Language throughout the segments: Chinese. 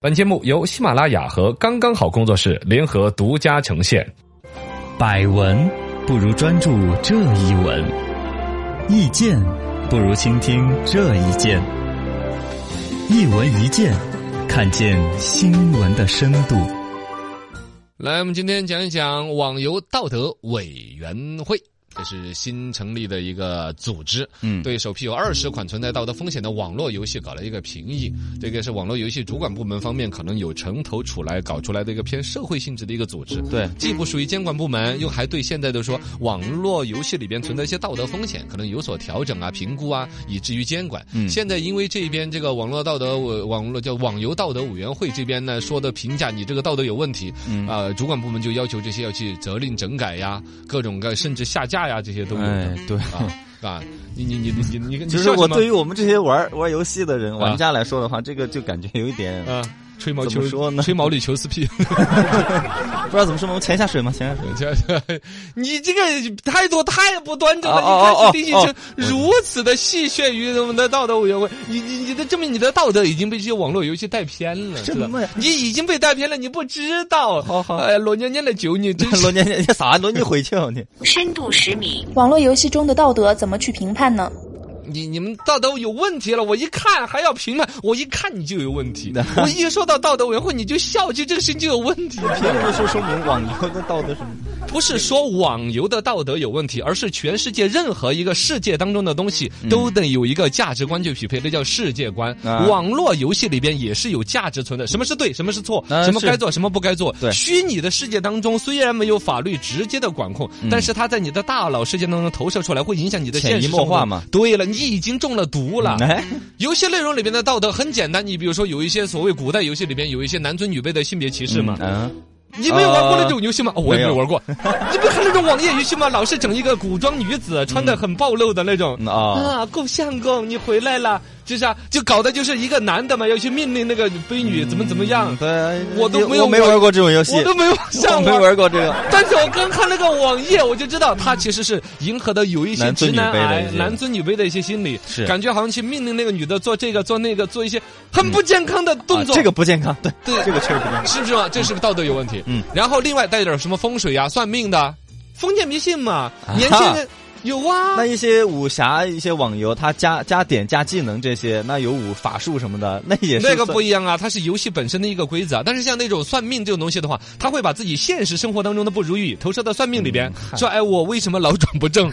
本节目由喜马拉雅和刚刚好工作室联合独家呈现。百闻不如专注这一闻，意见不如倾听这一见。一闻一见，看见新闻的深度。来，我们今天讲一讲网游道德委员会。这是新成立的一个组织，嗯对首批有二十款存在道德风险的网络游戏搞了一个评议。这个是网络游戏主管部门方面可能有城投出来搞出来的一个偏社会性质的一个组织，对，既不属于监管部嗯门，又还对现在的说网络游戏里边存在一些道德风险，可能有所调整啊、评估啊，以至于监管。嗯现在因为这边这个网络道德委网络叫网游道德委员会这边呢说的评价你这个道德有问题，嗯呃，主管部门就要求这些要去责令整改呀，各种各甚至下架呀，这些都有的。哎，对。啊啊！你你你你你你，其你实笑我什么对？于我们这些玩玩游戏的人、玩家来说的话，这个就感觉有一点啊，吹毛怎么求说呢吹毛里求斯屁。不知道怎么说嘛，我潜下水吗？潜 下水。你这个态度太不端正了！哦哦哦你看，定义成如此的戏谑于我们的道德委员会，你你你的证明你的道德已经被这些网络游戏带偏了，什是么吧呀？你已经被带偏了，你不知道。好好哎，罗娘娘来救你， 真是。罗年你啥？罗你回去哦你。深度十米，网络游戏中的道德怎么去评判呢？你你们道德有问题了，我一看还要评判，我一看你就有问 题。我一说到道德委员会，你就笑，就这个事情就有问题。凭什么说说我们网游的道德什么？不是说网游的道德有问题，而是全世界任何一个世界当中的东西都得有一个价值观去匹配，这叫世界观。啊网络游戏里边也是有价值存在，什么是对，什么是错，啊什么是该做，什么不该做。对虚拟的世界当中虽然没有法律直接的管控，嗯但是它在你的大脑世界当中投射出来，会影响你的潜移现实默生活化嘛。对了，你已经中了毒了。哎， 游戏内容里边的道德很简单，你比如说有一些所谓古代游戏里边有一些男尊女卑的性别歧视嘛。嗯，你没有玩过那种游戏吗？呃哦我也没有玩过。你不看那种网页游戏吗？老是整一个古装女子，穿的很暴露的那种。嗯啊，啊，够相公，你回来了，就是啊，就搞的就是一个男的嘛，要去命令那个婢女怎么怎么样。嗯对，我都没有呃我没玩过这种游戏，我都没有我上没网，玩过这个。但是我刚看那个网页，我就知道他其实是迎合的有一些男直尊女男卑的癌一、些男尊女卑的一些心理，是嗯感觉好像去命令那个女的做这个做那个，做一些很不健康的动作。啊这个不健康，对，对这个确实不健康。是不是嘛？这是不是道德有问题？嗯，然后另外带点什么风水啊、算命的，封建迷信嘛，啊年轻人有啊那。一些武侠、一些网游，它加加点、加技能这些，那有武法术什么的， 那也是那个算不一样啊，它是游戏本身的一个规则啊。但是像那种算命这种东西的话，他会把自己现实生活当中的不如意投射到算命里嗯边，说：“哎，我为什么老转不 正？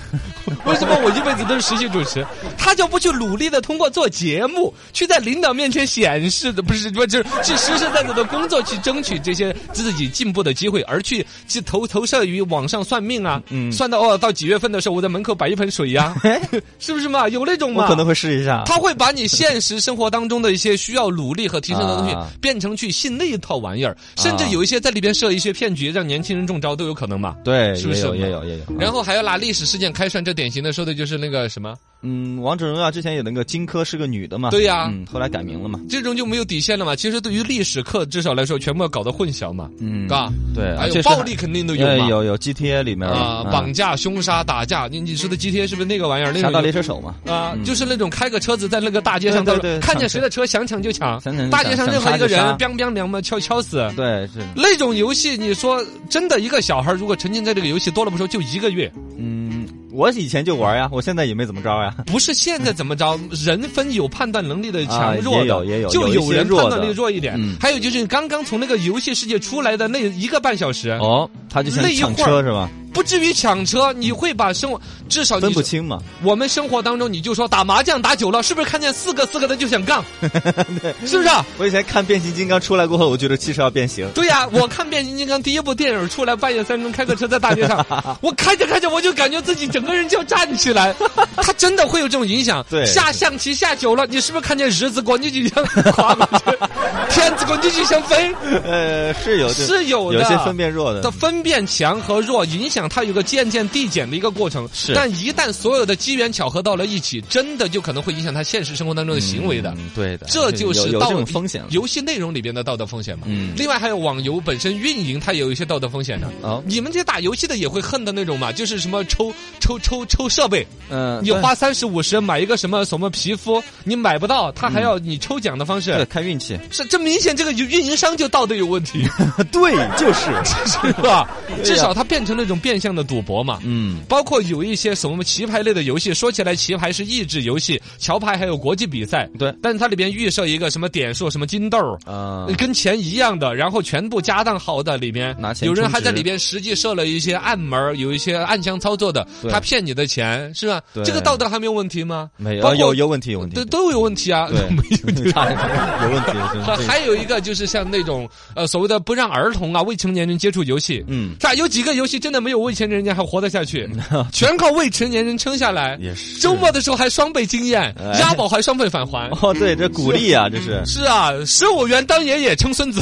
为什么我一辈子都是实习主持？”他就不去努力的通过做节目，去在领导面前显示的，不是不是就是去实实在在的工作，去争取这些自己进步的机会，而去去投投射于网上算命啊，嗯哎算到哦，到几月份的时候，我在门口摆一盆水呀、 是不是嘛？有那种嘛？我可能会试一下。他会把你现实生活当中的一些需要努力和提升的东西啊，变成去信那一套玩意儿，甚至有一些在里边设一些骗局，让年轻人中招都有可能嘛。对，是不也是有嘛也有也有。然后，后还要拿历史事件开涮，这典型的说的就是那个什么，嗯，王者荣耀之前有那个荆轲是个女的嘛？对呀嗯，后来改名了嘛？这种就没有底线了嘛。其实对于历史课至少来说，全部要搞得混淆嘛，嗯，嘎、对，还而有且暴力肯定都有呃嘛，有有 GTA 里面啊、嗯绑架、凶杀、打架，你你说的 GTA 是不是那个玩意儿？那侠盗种猎就。车手嘛。啊、嗯就是那种开个车子在那个大街上，对到对处对看见抢谁的车想抢就抢想抢，就大街上抢任何杀一个就人杀，biang biang 两嘛，敲敲死。对，是，那种游戏，你说真的，一个小孩如果沉浸在这个游戏多了不说，就一个月，嗯，我以前就玩呀，我现在也没怎么着呀。不是现在怎么着，人分有判断能力的啊强也弱的，有也有就有一些人弱判断的力弱一点。嗯还有就是你刚刚从那个游戏世界出来的那一个半小时，哦，他就想那一抢会儿车是吧？不至于抢车，你会把生活至少分你不清嘛。我们生活当中，你就说打麻将打久了，是不是看见四个四个的就想杠， 是不是啊？我以前看变形金刚出来过后，我觉得汽车要变形。对呀、我看变形金刚第一部电影出来，半夜三更开个车在大街 上，我开着开着我就感觉自己整个人就要站起 来，他真的会有这种影响。对下象棋下久了，你是不是看见日子过你就想跨过去， 天子过你就想飞？呃，是有这是有的有些分辨嗯弱它的。分辨强和弱，影响它有个渐渐递减的一个过程。是但一旦所有的机缘巧合到了一起，真的就可能会影响他现实生活当中的行为的。嗯，对的，这就是有有道这种风险了。游戏内容里边的道德风险嘛。嗯另外还有网游本身运营，它也有一些道德风险的。哦，你们这些打游戏的也会恨的那种嘛，就是什么抽抽抽抽设备，嗯，你花三十五十买一个什么什么皮肤，你买不到，他还要你抽奖的方式，嗯对对看运气，是这明显现这个运营商就道德有问题， 对，就是， 是吧？至少它变成了一种变相的赌博嘛。嗯，包括有一些什么棋牌类的游戏，说起来棋牌是益智游戏，桥牌还有国际比赛，对但是它里边预设一个什么点数、什么金豆儿，呃啊、跟钱一样的，然后全部家当好的里面拿，钱有人充还在值里边实际设了一些暗门儿，有一些暗箱操作的，对他骗你的钱是吧？对这个道德还没有问题吗？没包括有有有问题，有问题都，都有问题啊，对， 没有。差点有问题，真 还是还有一个就是像那种呃所谓的不让儿童啊未成年人接触游戏，嗯，咋有几个游戏真的没有未成年人还活得下 去，全靠未成年人撑下来。也是周末的时候还双倍经验，哎押宝还双倍返 还。哦，对，这鼓励啊，这是是啊，十五元当爷爷撑孙 子，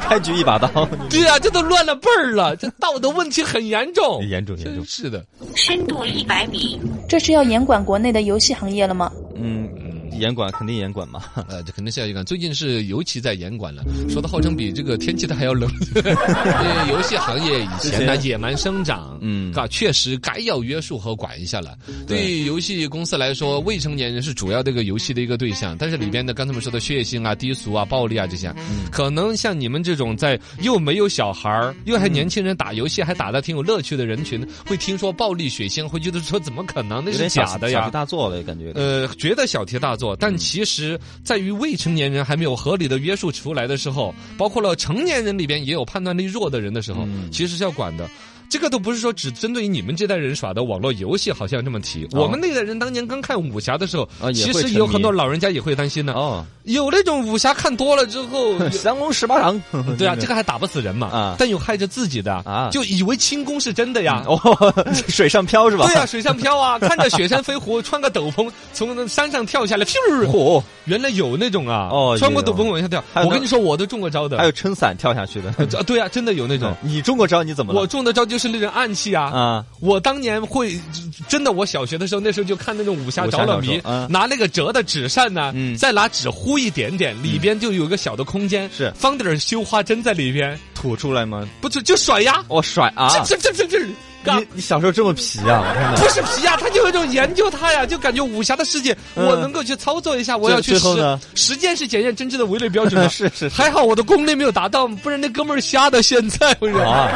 开局一把刀，对啊，这都乱了辈儿了，这道德问题很严重，严重严真重，是的。深度一百米，这是要严管国内的游戏行业了吗？嗯，严管肯定严管嘛， 呃，这肯定是要严管。最近是尤其在严管了，说的号称比这个天气的还要冷。 呃游戏行业以前呢之野蛮生长，嗯啊，确实该要约束和管一下了。对对于游戏公司来说，未成年人是主要这个游戏的一个对象，但是里边的刚才我们说的血腥啊、低俗啊、暴力啊这些，嗯可能像你们这种在又没有小孩儿，又嗯还年轻人打游戏还打的挺有乐趣的人群，会听说暴力血腥，会觉得说怎么可能那有是点小假的小呀题？大做了，感觉有点，呃，觉得小题大做，嗯但其实在于未成年人还没有合理的约束出来的时候，包括了成年人里边也有判断力弱的人的时候，嗯其实是要管的。这个都不是说只针对于你们这代人耍的网络游戏，好像这么提。哦我们那代人当年刚看武侠的时候，啊也其会实沉也有很迷多老人家也会担心呢。哦，，有那种武侠看多了之后降龙十八掌，对啊， 这个还打不死人嘛，啊但有害着自己的啊就以为轻功是真的呀。哦， 水上漂是吧？ 对 啊，水上漂啊，看着雪山飞狐，穿个斗篷从那山上跳下来， 噗！嚯，原来有那种啊，哦穿过也有斗篷往下掉。还有我那跟你说，我都中过招的。还有撑伞跳下去的，啊，对啊，真的有那种。你中过招你怎么了？我中的招就是那种暗器啊！啊，我当年会，真的，我小学的时候，那时候就看那种武侠着了迷武侠小，说啊拿那个折的纸扇呢、嗯再拿纸糊一点点，里边就有一个小的空间，是放点儿绣花针在里边，吐出来吗？不就就甩呀，我甩啊！这这这这这，嘎你你小时候这么皮啊？我看到不是皮呀，他就有一种研究它呀，就感觉武侠的世界，嗯我能够去操作一下，我要去最后实呢实践是检验真正的围猎标准的。 是是是还好我的功力没有达到，不然那哥们儿瞎的。现在不是啊，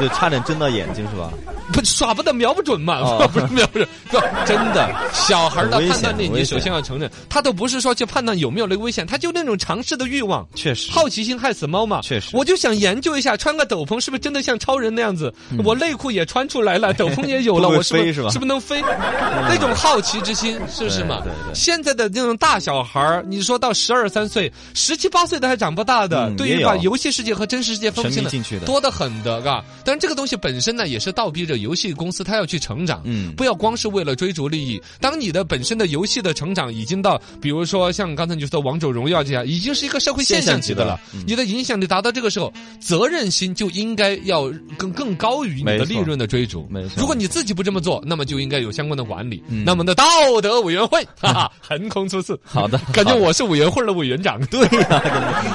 就差点睁到眼睛是吧？不耍不得瞄不准嘛，哦 不是瞄不准，不真 的小孩儿的很危判险断力，很你危首险先要承认，他都不是说去判断有没有那个危险，他就那种尝试的欲望。确实好奇心害死猫嘛，确实我就想研究一下，穿个斗篷是不是真的像超人那样子？我内裤也穿出来 了，斗篷也有了，嗯会不会我是不是飞是吧嗯是不是能飞？那种好奇之心，是不是嘛对对？对现在的那种大小孩儿，你说到十二三岁、十七八岁的还长不大的，嗯对也于有把游戏世界和真实世界分不清沉迷进去的多得很的，嘎。但是这个东西本身呢，也是倒逼着游戏公司它要去成长，嗯不要光是为了追逐利益。当你的本身的游戏的成长已经到，比如说像刚才你说的《王者荣耀》这样，已经是一个社会现象级的了，现象级的了嗯你的影响力达到这个时候，责任心就应该要更更高于你的没错利润的追逐。没错如果你自己不这么做，那么就应该有相关的管理。嗯那么呢，道德委员会哈哈横空出世，好的感觉我是委员会的委员长。嗯 对呀、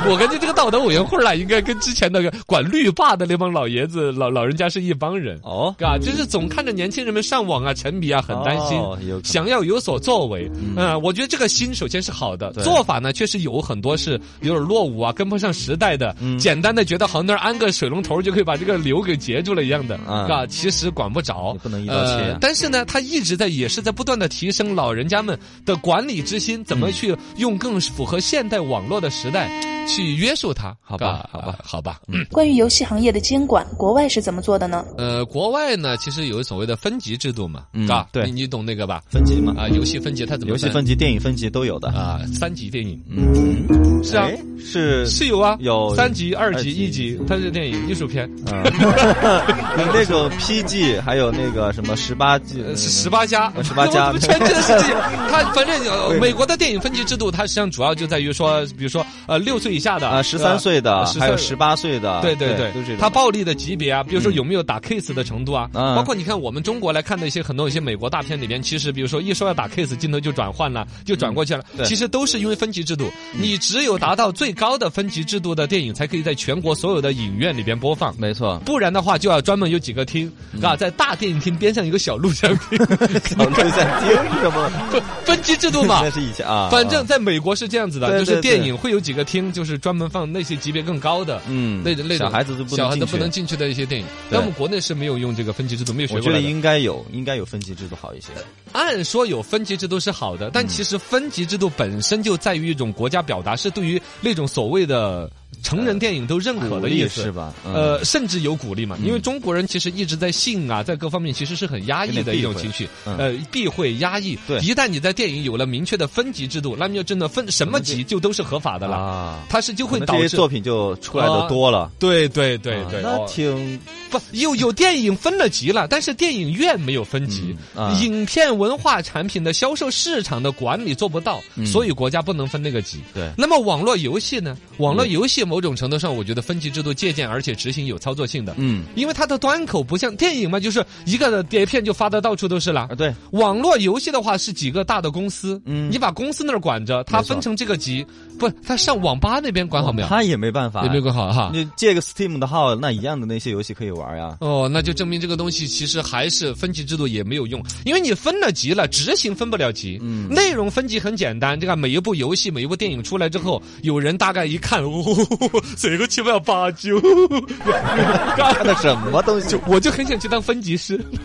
我感觉这个道德委员会啊，应该跟之前那个管绿霸的那帮老爷子老老人家是一帮人。哦，啊，就是总看着年轻人们上网啊、沉迷啊，很担心，哦有可能想要有所作为。嗯、我觉得这个心首先是好的，对做法呢确实有很多是有点落伍啊，跟不上时代的。嗯简单的觉得好像那儿安个水龙头就可以把这个流给截住了一样的，啊啊，其实管不着也，不能一刀切啊呃但是呢，他一直在也是在不断的提升老人家们的管理之心，怎嗯么去用更符合现代网络的时代去约束它？好吧啊好吧，好吧，嗯。关于游戏行业的监管，国外是怎么做的呢？呃，国外呢，其实有所谓的分级制度嘛，嗯啊，对你你懂那个吧？分级嘛，啊，游戏分级它怎么游戏分级、电影分级都有的。啊？三级电影嗯，是啊哎，是是有啊，有三级、二级、级一级，它是电影艺术片，啊有那种 PG，还有那个什么十八 G，呃，是十八加，呃18加 我全真的是 这样。它反正有美国的电影分级制度，它实际上主要就在于说，比如说呃，六岁以下的呃啊，十三岁的， 13还有十八岁的，对对都是这他种暴力的级别啊，比如说有没有打 kiss 的程度啊，吧？嗯包括你看我们中国来看的一些很多有些美国大片里边，其实比如说一说要打 case，镜头就转换了，就转过去了。嗯对嗯其实都是因为分级制度，你只有达到最高的分级制度的电影，才可以在全国所有的影院里边播放。没错，不然的话，就要专门有几个厅啊，在大电影厅边上一个小录像厅，嗯 小鹿哦在听什么？分级制度嘛那。是以前啊， 反正在美国是这样子的，对就是对对电影会有几个厅，就是专门放那些级别更高的，嗯那那种小孩子就不能小孩子进去不能进去的一些电影。对但我们国内是没有用这个分级制度，没有学我过觉来得的。应该有，应该有分级制度好一些。按说有分级制度是好的，嗯但其实分级制度本身就在于一种国家表达，是对于那种所谓的成人电影都认可的意鼓励思，是吧嗯呃，甚至有鼓励嘛，因为中国人其实一直在性啊，在各方面其实是很压抑的一种情绪，有点避嗯呃，避讳、压抑。对一旦你在电影有了明确的分级制度，那么就真的分什么级就都是合法的了，啊，它是就可会能导这些致作。品就出来的多了。对对对啊对，那哦挺不，有有电影分了级了，但是电影院没有分级，嗯啊影片文化产品的销售市场的管理做不到，所以国家不能分那个级。嗯对那么网络游戏呢？网络游戏某种程度上，我觉得分级制度借鉴而且执行有操作性的，嗯因为它的端口不像电影嘛，就是一个碟片就发的到处都是了啊，。对，网络游戏的话是几个大的公司，嗯你把公司那儿管着，它没错哦分成这个级，不，它上网吧那边管好没有？他也没办法也，没有管好哈。你借个 Steam 的号，那一样的那些游戏可以玩呀。哦，那就证明这个东西其实还是分级制度也没有用，因为你分了级了，执行分不了级。嗯内容分级很简单，这个每一部游戏、每一部电影出来之后，嗯有人大概一看，哦， 这个起码要八九，看的什么东西？就 我就很想去当分级 师，你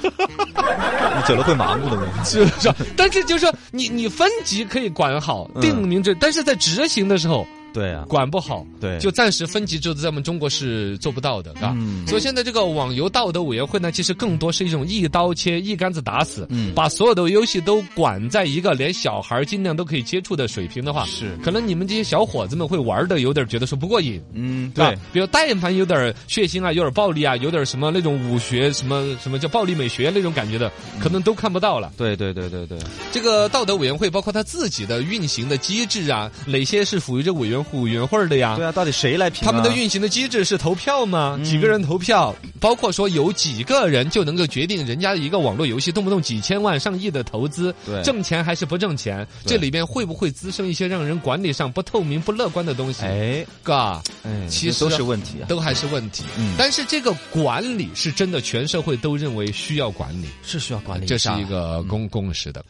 久了会麻木 的那种。是不是？但是就是说，你你分级可以管好，嗯定明这，但是在执行的时候对啊，管不好。对，就暂时分级制度在我们中国是做不到的，啊。嗯所以现在这个网游道德委员会呢，其实更多是一种一刀切、一竿子打死，嗯把所有的游戏都管在一个连小孩儿尽量都可以接触的水平的话，是可能你们这些小伙子们会玩的有点觉得说不过瘾。嗯是吧对，比如但凡有点血腥啊，有点暴力啊，有点什么那种武学，什么什么叫暴力美学那种感觉的，嗯可能都看不到了。对对对对对，这个道德委员会包括他自己的运行的机制啊，哪些是属于这委员会委员会的呀？对啊，到底谁来评啊？他们的运行的机制是投票吗？嗯几个人投票，包括说有几个人就能够决定人家一个网络游戏动不动几千万、上亿的投资对，挣钱还是不挣钱？对这里边会不会滋生一些让人管理上不透明、不乐观的东西？哎嘎，哎，其这实都是问题啊。都还是问题。嗯但是这个管理是真的，全社会都认为需要管理，是需要管嗯这是一个公共识的。